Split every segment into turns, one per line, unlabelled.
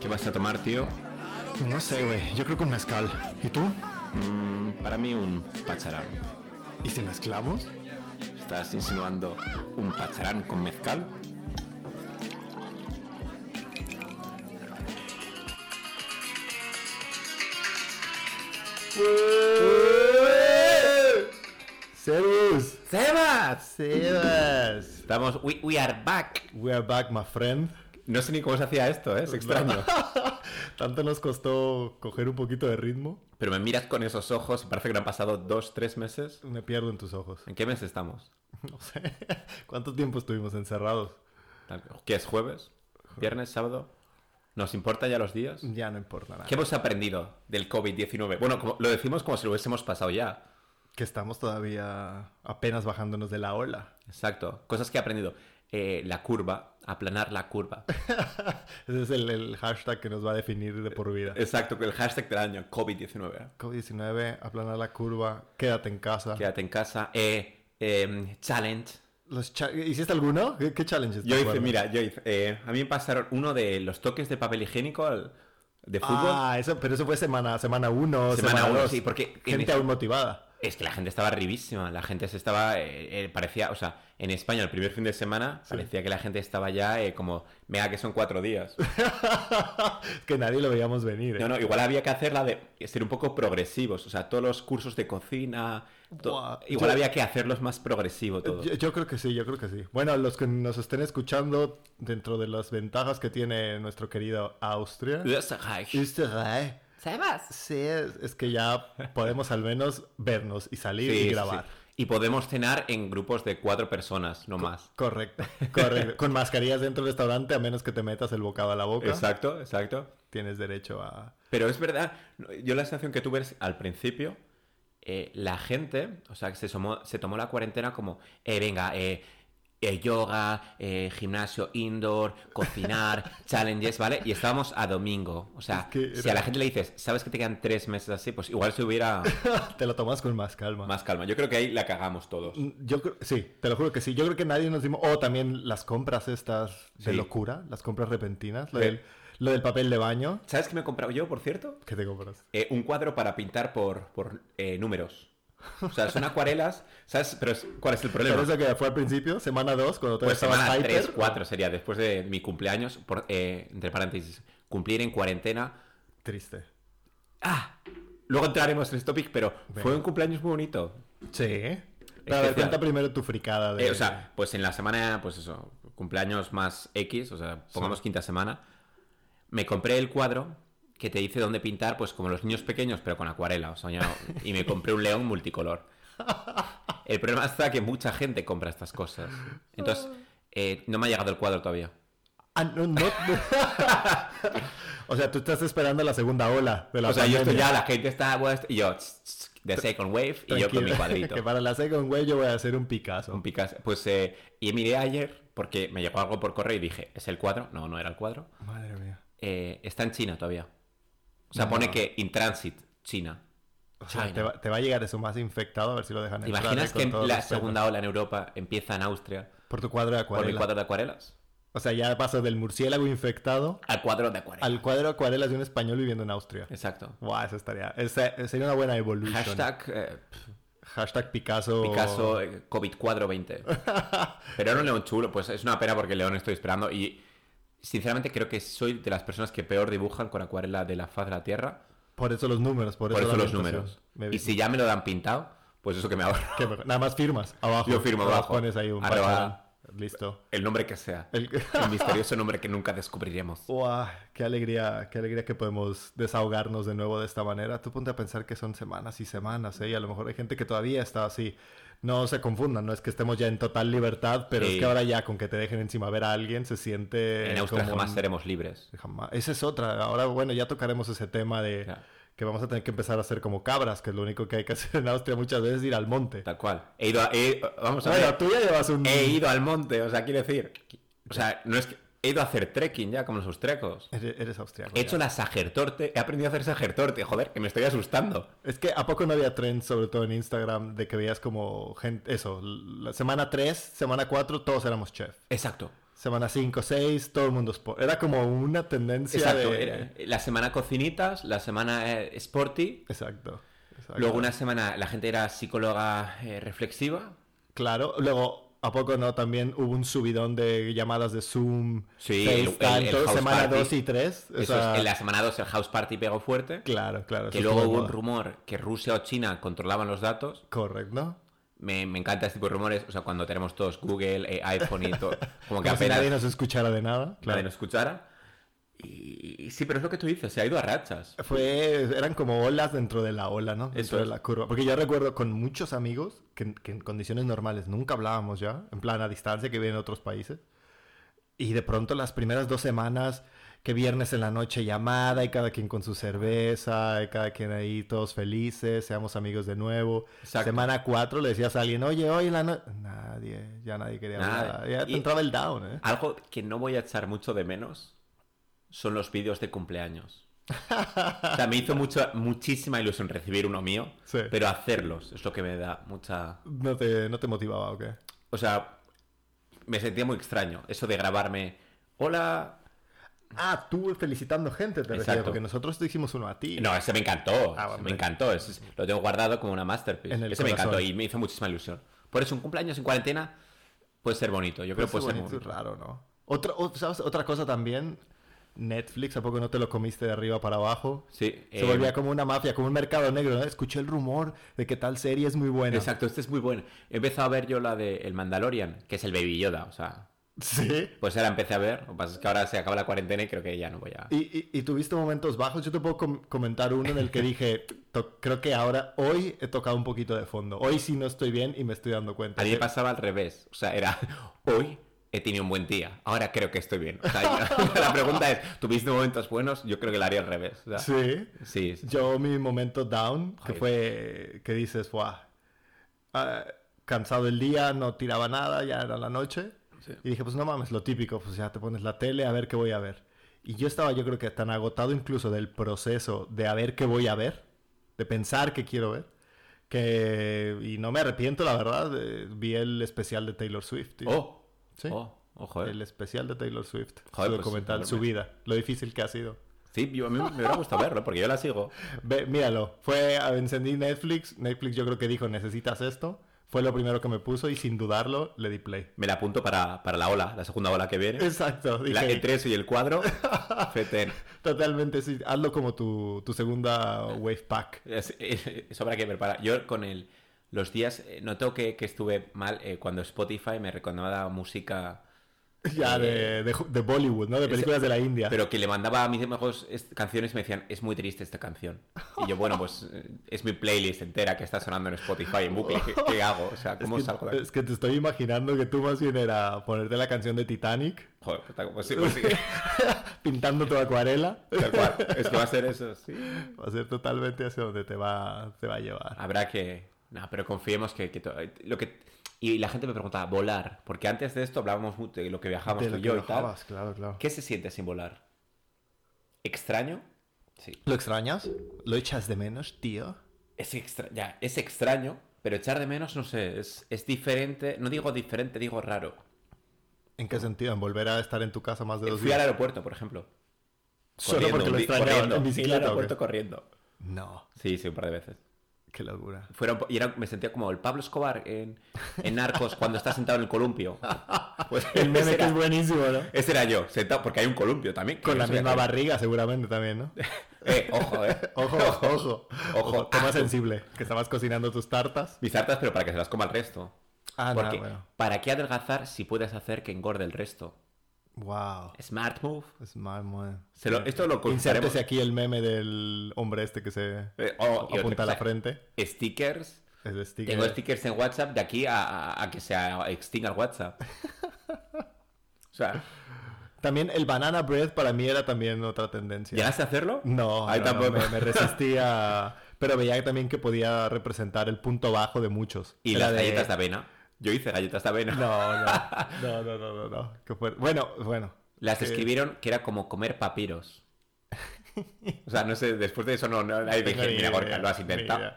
¿Qué vas a tomar, tío?
No sé, güey. Yo creo que un mezcal. ¿Y tú?
Mm, para mí un pacharán.
¿Y si mezclamos?
¿Estás insinuando un pacharán con mezcal?
Servus.
¡Sebas!
Sebas.
Estamos... We, we are back.
We are back, my friend.
No sé ni cómo se hacía esto, ¿eh? es extraño.
Tanto nos costó coger un poquito de ritmo.
Pero me miras con esos ojos y parece que no han pasado dos, tres meses.
Me pierdo en tus ojos.
¿En qué mes estamos?
No sé. ¿Cuánto tiempo estuvimos encerrados?
¿Qué es jueves? ¿Viernes? ¿Sábado? ¿Nos importa ya los días?
Ya no importa nada.
¿Qué hemos aprendido del COVID-19? Bueno, como- lo decimos como si lo hubiésemos pasado ya.
Que estamos todavía apenas bajándonos de la ola.
Exacto. Cosas que he aprendido. Eh, la curva, aplanar la curva.
Ese es el, el hashtag que nos va a definir de por vida.
Exacto, el hashtag del año, ¿eh? COVID-19.
COVID-19, aplanar la curva, quédate en casa.
Quédate en casa. Eh, eh, challenge.
Los cha- ¿Hiciste alguno? ¿Qué, qué challenges? te
Yo hice,
acuerdas?
mira, yo hice. eh, a mí me pasaron uno de los toques de papel higiénico al- de fútbol.
Ah, eso, pero eso fue semana semana 1,
Semana
semana
uno,
2.
sí, porque en
gente
esa-
aún motivada.
Es que la gente estaba ribísima, la gente se estaba, eh, eh, parecía, o sea, en España el primer fin de semana parecía que la gente estaba ya eh, como, mega que son cuatro días.
Es que nadie lo veíamos venir. ¿eh?
No, no, igual había que hacerla de ser un poco progresivos, o sea, todos los cursos de cocina, to-
Buah,
igual
yo-
había que hacerlos más progresivo todo.
Yo, yo creo que sí, yo creo que sí. Bueno, los que nos estén escuchando, dentro de las ventajas que tiene nuestro querido Austria, Österreich,
Sebas.
sí, es, es que ya podemos al menos vernos y salir
Sí,
y
sí,
grabar.
sí. Y podemos cenar en grupos de cuatro personas, no más.
Correcto, correcto. Con mascarillas dentro del restaurante, a menos que te metas el bocado a la boca,
Exacto, exacto.
tienes derecho a...
Pero es verdad, no, yo la sensación que tuve es, al principio, eh, la gente, o sea, que se, somó- se tomó la cuarentena como, eh, venga, eh, eh, yoga, eh, gimnasio indoor, cocinar, challenges, ¿vale? Y estábamos a domingo. O sea,
Es que
si
era-
a la gente le dices, ¿sabes que te quedan tres meses así? Pues igual se hubiera
Te lo tomas con más calma.
más calma. Yo creo que ahí la cagamos todos.
Mm, Yo creo, sí, te lo juro que sí. Yo creo que nadie nos dimos. O también las compras estas de
Sí.
locura, las compras repentinas, lo,
Sí.
del, lo del papel de baño.
¿Sabes qué me he comprado yo, por cierto?
¿Qué te compras?
Eh, un cuadro para pintar por, por eh, números. O sea, son acuarelas, ¿sabes? Pero es- ¿cuál es el problema?
Pero eso que fue al principio, semana 2, cuando todavía
Pues
estabas
semana
hyper.
3, 4 sería después de mi cumpleaños, por, eh, entre paréntesis, cumplir en cuarentena.
Triste.
¡Ah! Luego entraremos en este topic, pero
Venga.
fue un cumpleaños muy bonito.
Sí. Pero a ver,
Especial.
cuenta primero tu fricada de.
Eh, o sea, pues en la semana, pues eso, cumpleaños más X, o sea, pongamos
Sí.
quinta semana, me compré el cuadro que te dice dónde pintar, pues como los niños pequeños, pero con acuarela, o sea, yo- y me compré un león multicolor. El problema está que mucha gente compra estas cosas. Entonces, eh, no me ha llegado el cuadro todavía.
Ah, no, no. o sea, tú estás esperando la segunda ola de la
O sea, yo estoy
pandemia.
ya, la gente está bueno, y yo, tss, tss, de Second Wave, y yo con mi
Tranquilo,
cuadrito.
que para la second wave yo voy a hacer un Picasso.
Un Picasso. Pues, eh, y miré ayer, porque me llegó algo por correo y dije, ¿es el cuadro? No, no era el cuadro.
Madre mía.
Eh, está en China todavía. O sea,
No.
pone que in transit, China.
O sea,
China.
te va, te va a llegar eso más infectado a ver si lo dejan
¿Te
entrar,
imaginas
eh, con
que
todo
la
respeto.
segunda ola en Europa empieza en Austria
Por tu cuadro de
por el
acuarela.
cuadro de acuarelas?
O sea, ya pasas del murciélago infectado
Al cuadro de acuarelas.
al cuadro de acuarelas de un español viviendo en Austria.
Exacto.
Guau, eso estaría. esa- sería una buena evolución.
Hashtag eh, pf,
Hashtag Picasso. Oh.
Picasso eh, COVID cuadro 20. Pero era un león chulo, pues es una pena porque el león estoy esperando y sinceramente creo que soy de las personas que peor dibujan con acuarela de la faz de la tierra,
Por eso los números. Por,
por, eso
la
los
orientación.
números.
Me-
Y si ya me lo dan pintado, pues eso que me ahorro.
que mejor. Nada más firmas abajo.
Yo firmo
Nada más
abajo.
Pones ahí un
Arroba.
bacharán. Listo.
El nombre que sea.
El-
El, misterioso nombre que nunca descubriremos.
Guau, qué alegría, qué alegría que podemos desahogarnos de nuevo de esta manera. Tú ponte a pensar que son semanas y semanas, ¿eh? Y a lo mejor hay gente que todavía está así. No se confundan, no es que estemos ya en total libertad, pero es
Sí.
que ahora ya con que te dejen encima ver a alguien se siente.
en Austria
Eh, como
jamás
un-
seremos libres.
jamás. Esa es otra. Ahora, bueno, ya tocaremos ese tema de
Claro.
que vamos a tener que empezar a hacer como cabras, que es lo único que hay que hacer en Austria muchas veces, ir al monte.
Tal cual. He ido a- he- vamos a
Bueno, mm.
ver.
tú ya llevas un.
He ido al monte, o sea, quiero decir. O sea, no es que. He ido a hacer trekking ya, como los austrecos.
Eres, eres austriaco.
He
ya.
hecho la sagertorte. He aprendido a hacer sagertorte. Joder, que me estoy asustando.
Es que a poco no había trends, sobre todo en Instagram, de que veías como gente, eso, la semana 3, semana 4, todos éramos chef.
Exacto.
semana 5, 6, todo el mundo sport. Era como una tendencia
Exacto,
de...
era eh, la semana cocinitas, la semana eh, sporty,
Exacto. exacto.
luego una semana la gente era psicóloga eh, reflexiva.
Claro, luego, ¿a poco no? También hubo un subidón de llamadas de Zoom,
Sí, el- el-
FaceTime,
el
todo
house
semana
party.
2 y 3.
Eso es, en la semana 2 el house party pegó fuerte.
Claro, claro.
que
eso
luego
estuvo
hubo
de
un
moda.
rumor que Rusia o China controlaban los datos.
Correcto.
Me, me encanta este tipo de rumores. O sea, cuando tenemos todos Google, eh, iPhone y todo. Como que
Como si
apenas nadie
nadie nos escuchara de nada. Claro.
nos escuchara. Y, y sí, pero es lo que tú dices, se ha ido a rachas.
Fue, eran como olas dentro de la ola, ¿no?
Eso
Dentro de
es.
la curva. Porque yo recuerdo con muchos amigos que, que en condiciones normales nunca hablábamos ya, en plan a distancia, que viven en otros países. Y de pronto las primeras dos semanas, que viernes en la noche llamada y cada quien con su cerveza, y cada quien ahí todos felices, seamos amigos de nuevo.
Exacto.
Semana cuatro le decías a alguien, oye, hoy en la noche... Nadie, ya nadie quería
Nada.
hablar. Ya te
Y- Ah,
entraba el down, ¿eh?
Algo que no voy a echar mucho de menos son los vídeos de cumpleaños. O sea, me hizo mucho, muchísima ilusión recibir uno mío,
Sí.
pero hacerlos es lo que me da mucha...
¿No te, no te motivaba o qué?
O sea, me sentía muy extraño eso de grabarme, hola...
Ah, tú felicitando gente, te refieres,
Exacto.
porque nosotros te hicimos uno a ti.
No, ese me encantó, ese
Ah,
me
hombre.
encantó, ese es- lo tengo guardado como una masterpiece.
En el
ese me
corazón.
encantó y me hizo muchísima ilusión. Por eso un cumpleaños en cuarentena puede ser bonito, yo creo que
Pero
puede ser
bonito y
bonito.
raro, ¿no? Otra, o- ¿sabes? Otra cosa también, Netflix, ¿a poco no te lo comiste de arriba para abajo?
Sí,
Se
eh,
volvía como una mafia, como un mercado negro, ¿no? Escuché el rumor de que tal serie es muy buena.
Exacto, este es muy bueno. He empezado a ver yo la de El Mandalorian, que es el Baby Yoda, o sea,
Sí.
pues ahora empecé a ver. Lo que pasa es que ahora se acaba la cuarentena y creo que ya no voy a.
Y, y- y tuviste momentos bajos. Yo te puedo com- comentar uno en el que dije, "To- creo que ahora, hoy he tocado un poquito de fondo. Hoy sí no estoy bien y me estoy dando cuenta.
A mí me pasaba al revés, o sea, era hoy he tenido un buen día, ahora creo que estoy bien. O sea, yo- la pregunta es, ¿tuviste momentos buenos? Yo creo que la haría al revés. o sea,
Sí.
sí, sí.
Yo mi momento down, que
Joder.
fue que dices, "Buah, ah, cansado el día, no tiraba nada, ya era la noche.
Sí.
Y dije, pues no mames, lo típico, pues ya te pones la tele a ver qué voy a ver. Y yo estaba, yo creo que tan agotado incluso del proceso de a ver qué voy a ver, de pensar qué quiero ver, que... Y no me arrepiento, la verdad, eh, vi el especial de Taylor Swift. tío.
Oh,
Sí.
oh, oh, joder.
El especial de Taylor Swift,
Joder,
su
pues,
documental, su
enorme.
vida, lo difícil que ha sido.
Sí, yo, a mí me hubiera gustado verlo porque yo la sigo.
Ve, míralo, fue, encendí Netflix, Netflix yo creo que dijo, necesitas esto, fue lo primero que me puso y sin dudarlo le di play.
Me la apunto para, para la ola, la segunda ola que viene.
Exacto,
La,
dije,
el 3 y el cuadro. Feten.
totalmente, sí, hazlo como tu, tu segunda wave pack.
Es- es- Eso habrá que ver. Para... Yo con el, los días eh, noto que, que estuve mal eh, cuando Spotify me recomendaba música,
Ya de, de, de Bollywood, ¿no? De películas de la India.
pero Eh, que le mandaba a mis amigos est- canciones y me decían, es muy triste esta canción. Y yo, bueno, pues eh, es mi playlist entera que está sonando en Spotify en bucle. ¿Qué, qué hago? O sea, ¿cómo
es,
salgo
que,
de aquí?
es que te estoy imaginando que tú más bien era ponerte la canción de Titanic,
Joder, puta, pues sí, pues sí.
pintando tu acuarela.
Tal cual. Es que va a ser eso, sí.
Va a ser totalmente hacia donde te va, te va a llevar.
Habrá que... No, pero confiemos que, que to- lo que... Y la gente me preguntaba, volar. Porque antes de esto hablábamos mucho de lo que viajábamos
De
tú
lo
y
que
yo y tal.
bajabas, claro, claro.
¿Qué se siente sin volar? ¿Extraño? Sí.
¿Lo extrañas? ¿Lo echas de menos, tío?
Es, extra- ya, es extraño, pero echar de menos, no sé, es, es diferente. No digo diferente, digo raro.
¿En qué sentido? ¿En volver a estar en tu casa más de dos
Fui al
días?
aeropuerto, por ejemplo.
Pues Solo porque
un
lo
di-
extrañaban
corriendo.
en
Fui al
bicicleta. ¿o qué?
aeropuerto corriendo.
No,
Sí, sí, un par de veces.
qué locura.
Fueron, y era- me sentía como el Pablo Escobar en, en Narcos cuando está sentado en el columpio. Pues
El meme
ese,
que es
era,
buenísimo, ¿no?
ese era yo, sentado, porque hay un columpio también. que
Con
yo
la
sabía
misma
que-
barriga seguramente también, ¿no?
Eh, ojo, eh.
Ojo, ojo. Ah,
Ojo.
Ojo, tema sensible. Que estabas cocinando tus tartas.
Mis hartas, pero para que se las coma el resto.
Ah,
Porque,
no, bueno.
¿para qué adelgazar si puedes hacer que engorde el resto?
Wow.
Smart move.
Smart man.
Se lo- esto lo contaremos.
Insértese aquí el meme del hombre este que se
Eh, oh, y otra
apunta a la
cosa,
frente.
Stickers.
Es de sticker.
Tengo stickers en WhatsApp de aquí a, a- a que se extinga el WhatsApp. O sea,
También el banana bread para mí era también otra tendencia.
¿llegaste a hacerlo?
No,
Ahí
no, no,
tampoco.
me, me resistía. Pero veía también que podía representar el punto bajo de muchos.
Y
Era
las
de-
galletas de avena. Yo hice galletas de avena.
No, no, no, no, no, no. no. Que fue- Bueno, bueno.
Las
que-
escribieron que era como comer papiros. O sea, no sé, después de eso no, no nadie
tengo
dije,
ni
mira,
idea,
Gorka, lo has
ni
intentado.
idea.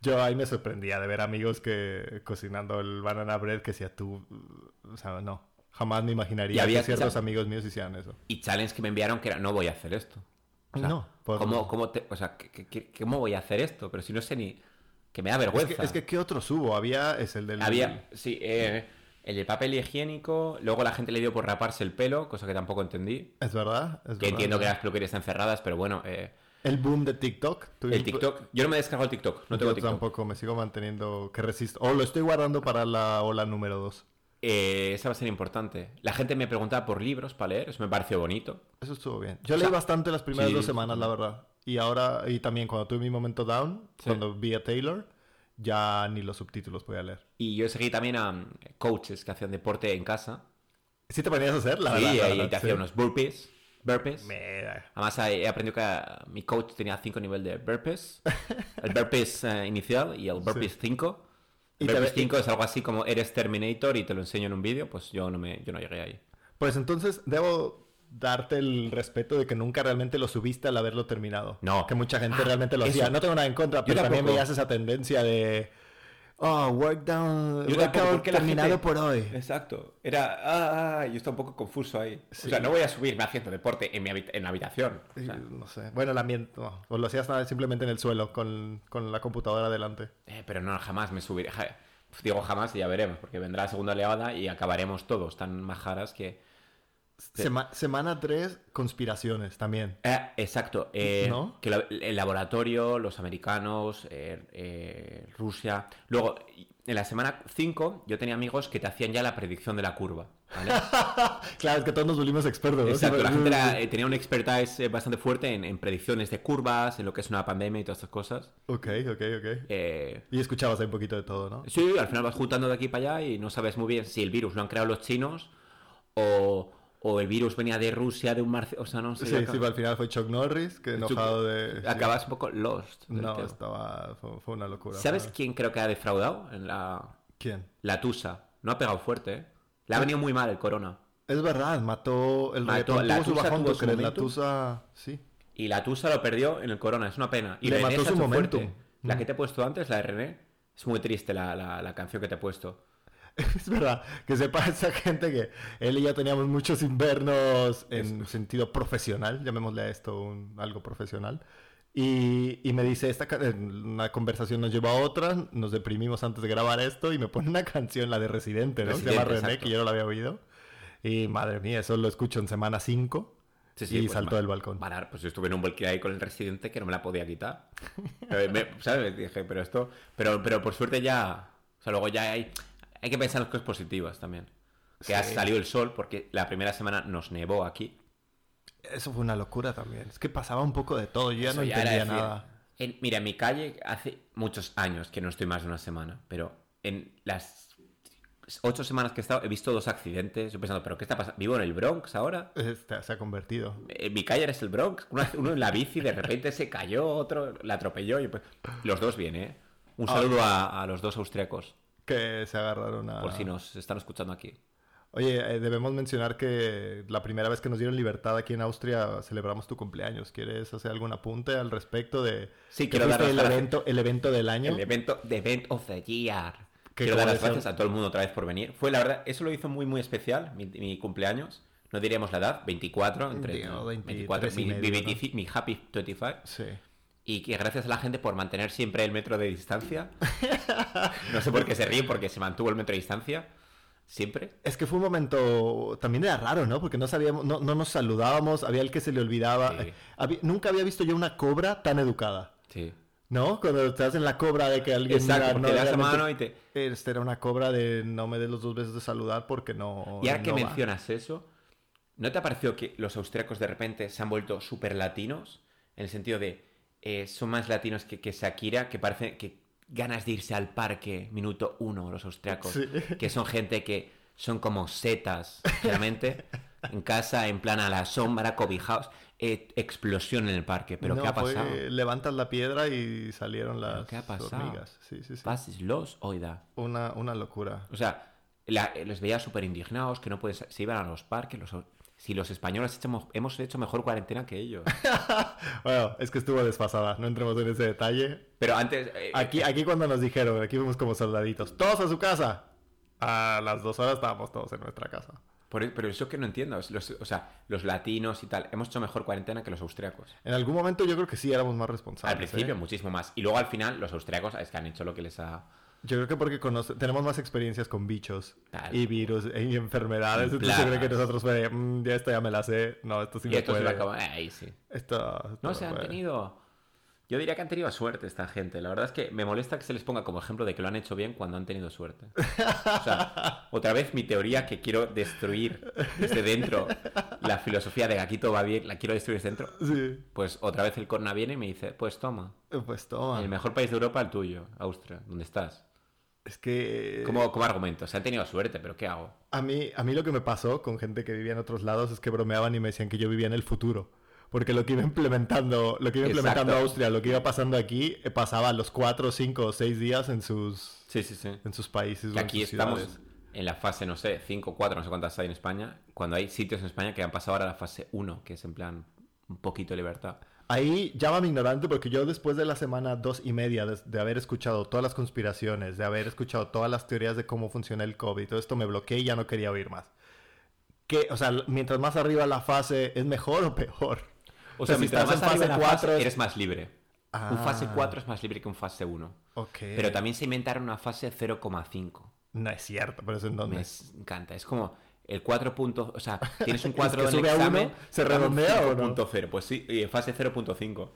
Yo ahí me sorprendía de ver amigos que cocinando el banana bread que decía tú, o sea, no. jamás me imaginaría
Y había
que ciertos
chal-
amigos míos hicieran eso.
Y challenge que me enviaron que era, no voy a hacer esto. O sea,
No, por-
¿cómo, cómo te- o sea, ¿qué- qué- qué- ¿cómo voy a hacer esto? Pero si no sé ni... Que me da
Es
vergüenza.
que, es que, ¿qué otros hubo? Había, es el del...
Había, sí, eh, el de papel higiénico, luego la gente le dio por raparse el pelo, cosa que tampoco entendí.
Es verdad, es
Que
verdad.
entiendo que las peluquerías están cerradas, pero bueno, eh,
El boom de TikTok.
el TikTok, yo no me he descargado el TikTok, no tengo
pues yo
TikTok.
tampoco, me sigo manteniendo que resisto. O lo estoy guardando para la ola número 2.
Eh, esa va a ser importante. La gente me preguntaba por libros para leer, eso me pareció bonito.
Eso estuvo bien. Yo
O
leí
sea,
bastante las primeras
sí.
dos semanas, la verdad. Y ahora, y también cuando tuve mi momento down,
Sí.
cuando vi a Taylor, ya ni los subtítulos podía leer.
Y yo seguí también a mm, coaches que hacían deporte en casa.
Sí te ponías a hacer, la
sí,
verdad. la
eh, y
verdad,
te hacía
sí.
unos burpees. Burpees.
Mira.
Además, eh, he aprendido que ah, mi coach tenía 5 niveles de burpees. El burpees eh, inicial y el burpees 5.
Y
El
te
burpees
ve-
5 es algo así como eres Terminator y te lo enseño en un vídeo. Pues yo no, me, yo no llegué ahí.
Pues entonces debo darte el respeto de que nunca realmente lo subiste al haberlo terminado.
No.
Que mucha gente
Ah,
realmente lo hacía.
eso.
No tengo nada en contra, pero también
tampoco.
veías esa tendencia de. Oh, work down.
Yo tampoco,
workout
porque la
terminado
gente-
por hoy.
Exacto. Era. Ah, yo estaba un poco confuso ahí.
Sí. sea, no
voy a subirme haciendo deporte en, mi en la habitación.
Y, No sé. Bueno, el ambiente. no. O lo hacías nada, simplemente en el suelo, con, con la computadora delante.
Eh, pero no, jamás me subiré. ja- pues digo jamás y ya veremos, porque vendrá la segunda oleada y acabaremos todos tan majaras que.
Sema- semana 3, conspiraciones también.
Eh, exacto. eh,
¿No?
Que la- el laboratorio, los americanos, eh, eh, Rusia. Luego, y- en la semana 5, yo tenía amigos que te hacían ya la predicción de la curva. ¿vale?
Claro, es que todos nos volvimos expertos. ¿no?
Exacto,
Siempre-
la gente era- eh, tenía una expertise eh, bastante fuerte en, en predicciones de curvas, en lo que es una pandemia y todas estas cosas.
"Uh, Ok, ok, ok.
Eh,
Y escuchabas ahí un poquito de todo, ¿no?
sí, al final vas juntando de aquí para allá y no sabes muy bien si el virus lo han creado los chinos o, o el virus venía de Rusia, de un marciano. O sea, no sé.
Sí,
yo
sí,
acá-
al final fue Chuck Norris, que enojado de... sí.
acabas un poco lost. del
No,
tema.
estaba... Fue, fue una locura.
¿Sabes
fue-
quién creo que ha defraudado? En la,
quién?
la Tusa. No ha pegado fuerte, ¿eh? Le ha venido muy mal el corona.
Es verdad, mató el
Mató-
reggaetón,
la
tuvo su
Tusa
bajón,
tuvo
¿tú
su
crees? La
momentum.
Tusa... Sí.
Y la Tusa lo perdió en el corona, es una pena. Y
Le mató
René se ha
su
hecho
momentum.
fuerte. La
Mm.
que te he puesto antes, la de René, es muy triste la, la- la canción que te he puesto.
Es verdad, que sepa esa gente que él y yo teníamos muchos invernos en sentido profesional, llamémosle a esto un- algo profesional. Y, y me dice, esta ca- eh, una conversación nos lleva a otra, nos deprimimos antes de grabar esto y me pone una canción, la de Residente, ¿no? Se
Residente,
llama René,
exacto.
que yo no la había oído. Y madre mía, eso lo escucho en semana 5
Sí, sí,
y
pues,
saltó
ma-
del balcón.
Parar, pues yo estuve en un volqué ahí con el residente que no me la podía quitar. Eh, me- ¿Sabes? Dije, pero esto. Pero, pero por suerte ya. O sea, luego ya hay, hay que pensar en las cosas positivas también. Que ha
Sí.
salido el sol, porque la primera semana nos nevó aquí.
Eso fue una locura también. Es que pasaba un poco de todo, yo ya
Eso
no
ya era
entendía
decir,
nada.
en- mira, en mi calle hace muchos años que no estoy más de una semana, pero en las ocho semanas que he estado he visto dos accidentes. Yo pensando, ¿pero qué está pasando? ¿Vivo en el Bronx ahora?
Este, se ha convertido.
En mi calle eres el Bronx. Una- Uno en la bici, de repente se cayó, otro la atropelló. Y pues, los dos bien, ¿eh? Un
Ah.
saludo a, a los dos austriacos,
Que se agarraron a...
por si nos están escuchando aquí.
Oye, eh, debemos mencionar que la primera vez que nos dieron libertad aquí en Austria celebramos tu cumpleaños. ¿Quieres hacer algún apunte al respecto de
Sí,
que
quiero dar
fuiste
las
el
gracias.
evento, el evento del año?
El evento de Event of the Year.
Que
Quiero
como
dar las
decía-
gracias a todo el mundo otra vez por venir. Fue la verdad, eso lo hizo muy, muy especial, mi, mi cumpleaños. No diríamos la edad, 24, entre
Digo,
24,
23 y
mi, mi
medio, ¿no?
25, mi happy 25.
Sí.
Y que gracias a la gente por mantener siempre el metro de distancia. No sé por qué se ríen, porque se mantuvo el metro de distancia. Siempre.
Es que fue un momento, también era raro, ¿no? Porque no sabíamos, no, no nos saludábamos, había el que se le olvidaba.
Sí.
Habí- nunca había visto yo una cobra tan educada,
Sí.
¿no? Cuando te hacen la cobra de que alguien...
Exacto,
mira,
porque
no,
le das la
realmente-
mano y te...
Este era una cobra de no me des los dos besos de saludar porque no...
Y ahora que
no va.
mencionas eso, ¿no te ha parecido que los austriacos de repente se han vuelto súper latinos? En el sentido de, eh, son más latinos que, que Shakira, que parece que ganas de irse al parque, minuto uno, los austriacos.
Sí.
Que son gente que son como setas, realmente. en casa, en plan a la sombra, cobijados. Eh, explosión en el parque. ¿Pero
No, pues,
qué ha
fue, eh,
pasado?
levantas la piedra y salieron
¿Pero
las
qué ha pasado?
hormigas. Sí, sí, sí.
Pasis los oida.
Una, una locura.
O sea, la- los veía súper indignados, que no pueden sa- se iban a los parques. Los, si los españoles echamos- hemos hecho mejor cuarentena que ellos.
Bueno, es que estuvo desfasada, no entremos en ese detalle.
Pero antes, eh,
Aquí, aquí cuando nos dijeron, aquí fuimos como soldaditos, todos a su casa. A las dos horas estábamos todos en nuestra casa.
Por, e, pero eso que no entiendo, es los, o sea, los latinos y tal, hemos hecho mejor cuarentena que los austriacos.
En algún momento yo creo que sí éramos más responsables.
Al principio
¿eh?
muchísimo más. Y luego al final los austriacos es que han hecho lo que les ha...
Yo creo que porque conoce- tenemos más experiencias con bichos
Tal.
y virus y enfermedades.
Y
Entonces yo creo que
plagas.
nosotros fue, "Mm, ya esto ya me la sé. No, esto sí
y
no
esto se
puede.
lo acabo- eh, ahí sí.
Esto, esto
No se han
puede".
tenido... Yo diría que han tenido suerte esta gente. La verdad es que me molesta que se les ponga como ejemplo de que lo han hecho bien cuando han tenido suerte. O sea, otra vez mi teoría que quiero destruir desde dentro. La filosofía de Gaquito va bien, la quiero destruir desde dentro.
Sí.
Pues otra vez el corna viene y me dice, pues toma,
Eh, Pues toma.
el mejor país de Europa el tuyo, Austria, ¿dónde estás?
Es que.
Como, como argumento, se han tenido suerte, pero ¿qué hago?
A mí, a mí lo que me pasó con gente que vivía en otros lados es que bromeaban y me decían que yo vivía en el futuro. Porque lo que iba implementando, lo que iba implementando
Exacto.
Austria, lo que iba pasando aquí, eh, pasaba los cuatro, cinco o seis días en sus,
Sí, sí, sí.
en sus países. o
Que
en
aquí
sus
estamos
ciudades.
en la fase, no sé, 5, 4, no sé cuántas hay en España, cuando hay sitios en España que han pasado ahora a la fase 1, que es en plan un poquito de libertad.
Ahí llámame ignorante porque yo después de la semana dos y media de, de haber escuchado todas las conspiraciones, de haber escuchado todas las teorías de cómo funciona el COVID, todo esto me bloqueé y ya no quería oír más. Que, o sea, mientras más arriba la fase, ¿es mejor o peor?
O sea,
si
mientras
estás
más
en
arriba en la
fase
fase,
cuatro,
eres más libre. Un fase
Ah.
4 es más libre que un fase 1.
Ok.
Pero también se inventaron una fase 0,5.
No es cierto, pero eso en
Me
donde.
es- encanta. Es como el 4 puntos. O sea, tienes un
Es
4
que
en el
sube a
examen.
uno, ¿se
dame un
redondea o no?
5.0. Pues sí, y en fase 0.5.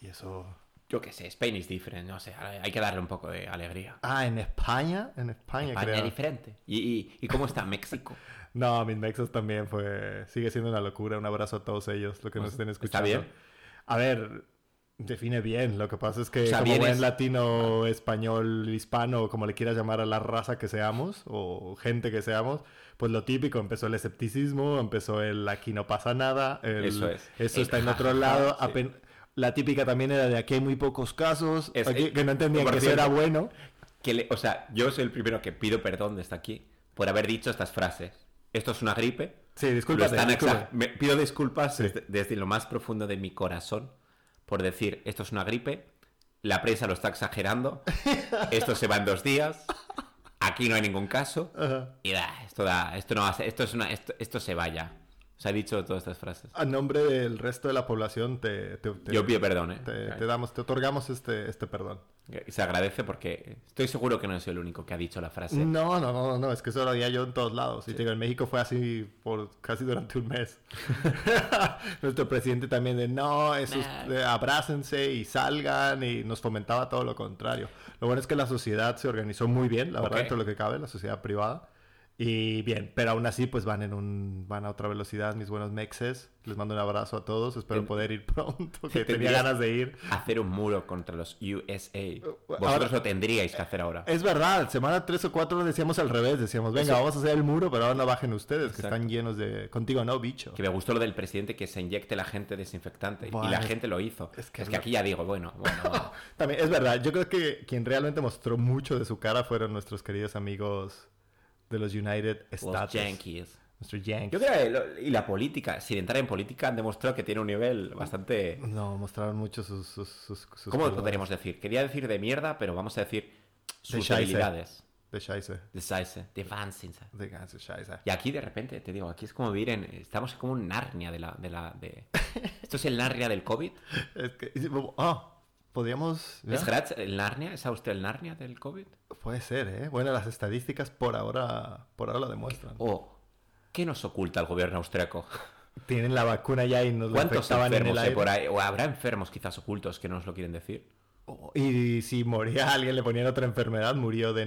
Y eso.
Yo qué sé, Spain is different. No sé, hay que darle un poco de alegría.
Ah, en España, en España,
España es
creo.
diferente. ¿Y, y, y cómo está México?
No, mis Mexas también fue. Sigue siendo una locura. Un abrazo a todos ellos, lo que nos estén
Pues, ¿está
escuchando.
bien?
A ver, define bien. Lo que pasa es que,
O sea,
como
bien
buen
es-
latino, español, hispano, como le quieras llamar a la raza que seamos o gente que seamos, pues lo típico. Empezó el escepticismo, empezó el aquí no pasa nada. el
Eso es.
Eso
El
está en
ja,
otro
ja, ja,
lado.
sí.
apen- La típica también era de aquí hay muy pocos casos,
Es-
aquí-
eh,
que no entendían
por
que eso era
cierto.
bueno.
Que le- o sea, yo soy el primero que pido perdón desde aquí por haber dicho estas frases. Esto es una gripe.
Sí,
Lo
discúlpate.
están
disculpa.
exa- me- pido disculpas
Sí.
desde, desde lo más profundo de mi corazón por decir esto es una gripe, la prensa lo está exagerando, esto se va en dos días, aquí no hay ningún caso
Ajá.
y da, esto da, esto no hace, esto es una, esto, esto se vaya. Se ha dicho todas estas frases.
A nombre del resto de la población te, te, te-
Yo pido perdón, ¿eh?
te- te damos, te otorgamos este, este perdón.
Se agradece porque estoy seguro que no soy el único que ha dicho la frase.
No, no, no, no, es que eso lo había yo en todos lados. Y te digo, en México fue así por casi durante un mes. Nuestro presidente también de no, esos
Nah.
de, abrácense y salgan y nos fomentaba todo lo contrario. Lo bueno es que la sociedad se organizó muy bien, la verdad,
Ok.
dentro de lo que cabe, la sociedad privada. Y bien, pero aún así pues van en un van a otra velocidad, mis buenos mexes. Les mando un abrazo a todos, espero
Ten-
poder ir pronto, que tenía
Tendrías-
ganas de ir.
Hacer un muro contra los USA.
Eh,
Vosotros
ahora-
lo tendríais que hacer ahora.
Es verdad, semana 3 o 4 decíamos al revés, decíamos, venga,
Eso-
vamos a hacer el muro, pero ahora no bajen ustedes, que
Exacto.
están llenos de... Contigo no, bicho.
Que me gustó lo del presidente que se inyecte la gente desinfectante.
Buah,
y la
es-
gente lo hizo.
es
Es
que
que,
es lo-
aquí ya digo, bueno, bueno, bueno.
También, es verdad, yo creo que quien realmente mostró mucho de su cara fueron nuestros queridos amigos de los United
Los
States.
yankees.
Nuestros Yankees.
Yo creo que lo- y la política, sin entrar en política, han demostrado que tiene un nivel bastante.
No, mostraron mucho sus... sus, sus, sus
¿Cómo lo
colores
podríamos decir? Quería decir de mierda, pero vamos a decir sus
Shice.
debilidades.
De Scheisse.
De Shice, de Vansinsa.
De Gansu Scheisse.
Y aquí de repente, te digo, aquí es como vivir en. Estamos como un Narnia de la. De la de... Esto es el Narnia del COVID.
Es que... Ah, podríamos...
¿Es
¿ya?
Graz el Narnia? ¿Es Austria el Narnia del COVID?
Puede ser, ¿eh? Bueno, las estadísticas por ahora, por ahora lo demuestran.
¿O qué nos oculta el gobierno austriaco?
Tienen la vacuna ya y nos la
¿Cuántos
infectaban en
enfermos
el
hay
aire.
por ahí? O habrá enfermos quizás ocultos que no nos lo quieren decir.
Oh, Y si moría alguien, le ponían otra enfermedad, murió de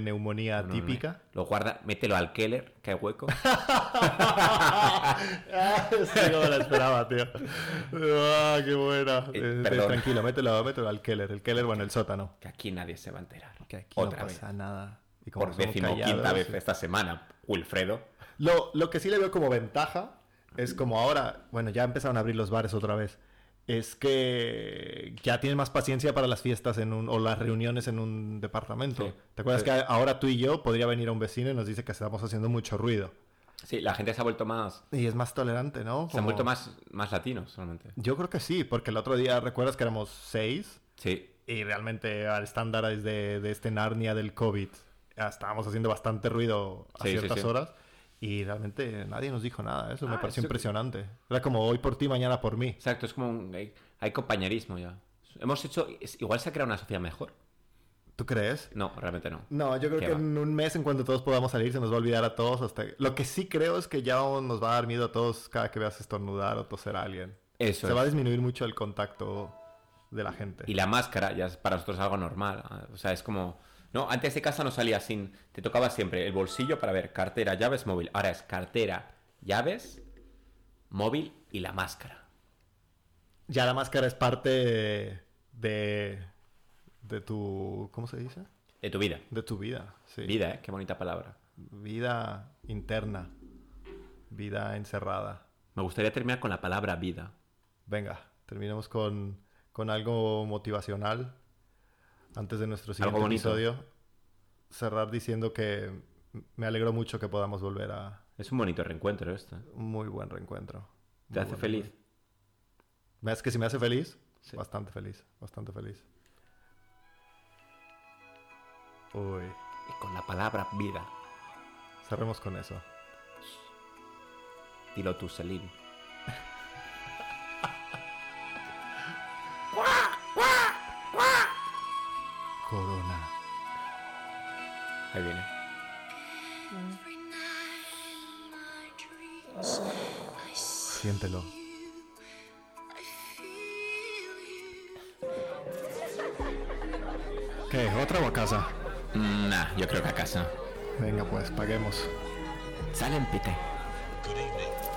No,
neumonía
no, no.
típica.
Lo guarda, mételo al Keller, que hay hueco.
Ah, sí, como la esperaba, tío. Ah, qué buena.
Eh,
Eh,
perdón.
tranquilo, mételo, mételo al Keller. El Keller, bueno, el sótano.
Que aquí nadie se va a enterar.
Que aquí
Otra
no
vez.
pasa nada. Y como
Por
somos
decimoquinta
callados,
vez esta semana, Wilfredo.
Lo, lo que sí le veo como ventaja es como ahora, bueno, ya empezaron a abrir los bares otra vez. Es que ya tienen más paciencia para las fiestas en un, o las reuniones en un departamento.
Sí.
¿Te acuerdas
Sí.
que ahora tú y yo podría venir a un vecino y nos dice que estamos haciendo mucho ruido?
Sí, la gente se ha vuelto más.
Y es más tolerante, ¿no?
Se han
Como-
vuelto más, más latinos solamente.
Yo creo que sí, porque el otro día recuerdas que éramos seis
Sí.
y realmente al estándar de, de este Narnia del COVID ah, estábamos haciendo bastante ruido a
Sí, sí,
ciertas
sí.
horas. Y realmente nadie nos dijo nada, eso me
Ah,
pareció
eso-
impresionante. Era como hoy por ti, mañana por mí.
Exacto, es como un... Hay, hay compañerismo ya. Hemos hecho... es- Igual se ha creado una sociedad mejor.
¿Tú crees?
No, realmente no.
No, yo creo
¿Qué
que
va?
en un mes, en cuanto todos podamos salir, se nos va a olvidar a todos. hasta Lo que sí creo es que ya nos va a dar miedo a todos cada que veas estornudar o toser a alguien.
Eso
se va a
es.
disminuir mucho el contacto de la gente.
Y la máscara ya es para nosotros algo normal. ah, O sea, es como... No, antes de casa no salías sin... Te tocaba siempre el bolsillo para ver cartera, llaves, móvil. Ahora es cartera, llaves, móvil y la máscara.
Ya la máscara es parte de... de tu... ¿Cómo se dice?
De tu vida.
De tu vida, sí.
Vida, ¿eh? Qué bonita palabra.
Vida interna. Vida encerrada.
Me gustaría terminar con la palabra vida.
Venga, terminemos con, con algo motivacional antes de nuestro siguiente
Algo bonito.
episodio. Cerrar diciendo que me alegro mucho que podamos volver a
Es un bonito reencuentro esto. ¿eh?
un muy buen reencuentro.
Te
Muy
hace
buen
feliz.
reencuentro. ¿Me hace que si me hace feliz?
Sí.
Bastante feliz, bastante feliz. Uy,
Y con la palabra vida.
cerremos con eso.
Dilo tú, Selim.
Corona.
Ahí viene.
Every night in my dreams, I see
Siéntelo.
you, I feel you.
¿Qué? ¿Otra o a casa? Mm,
Nah, yo creo que a casa.
Venga pues, paguemos.
Salen, pite.
Good evening.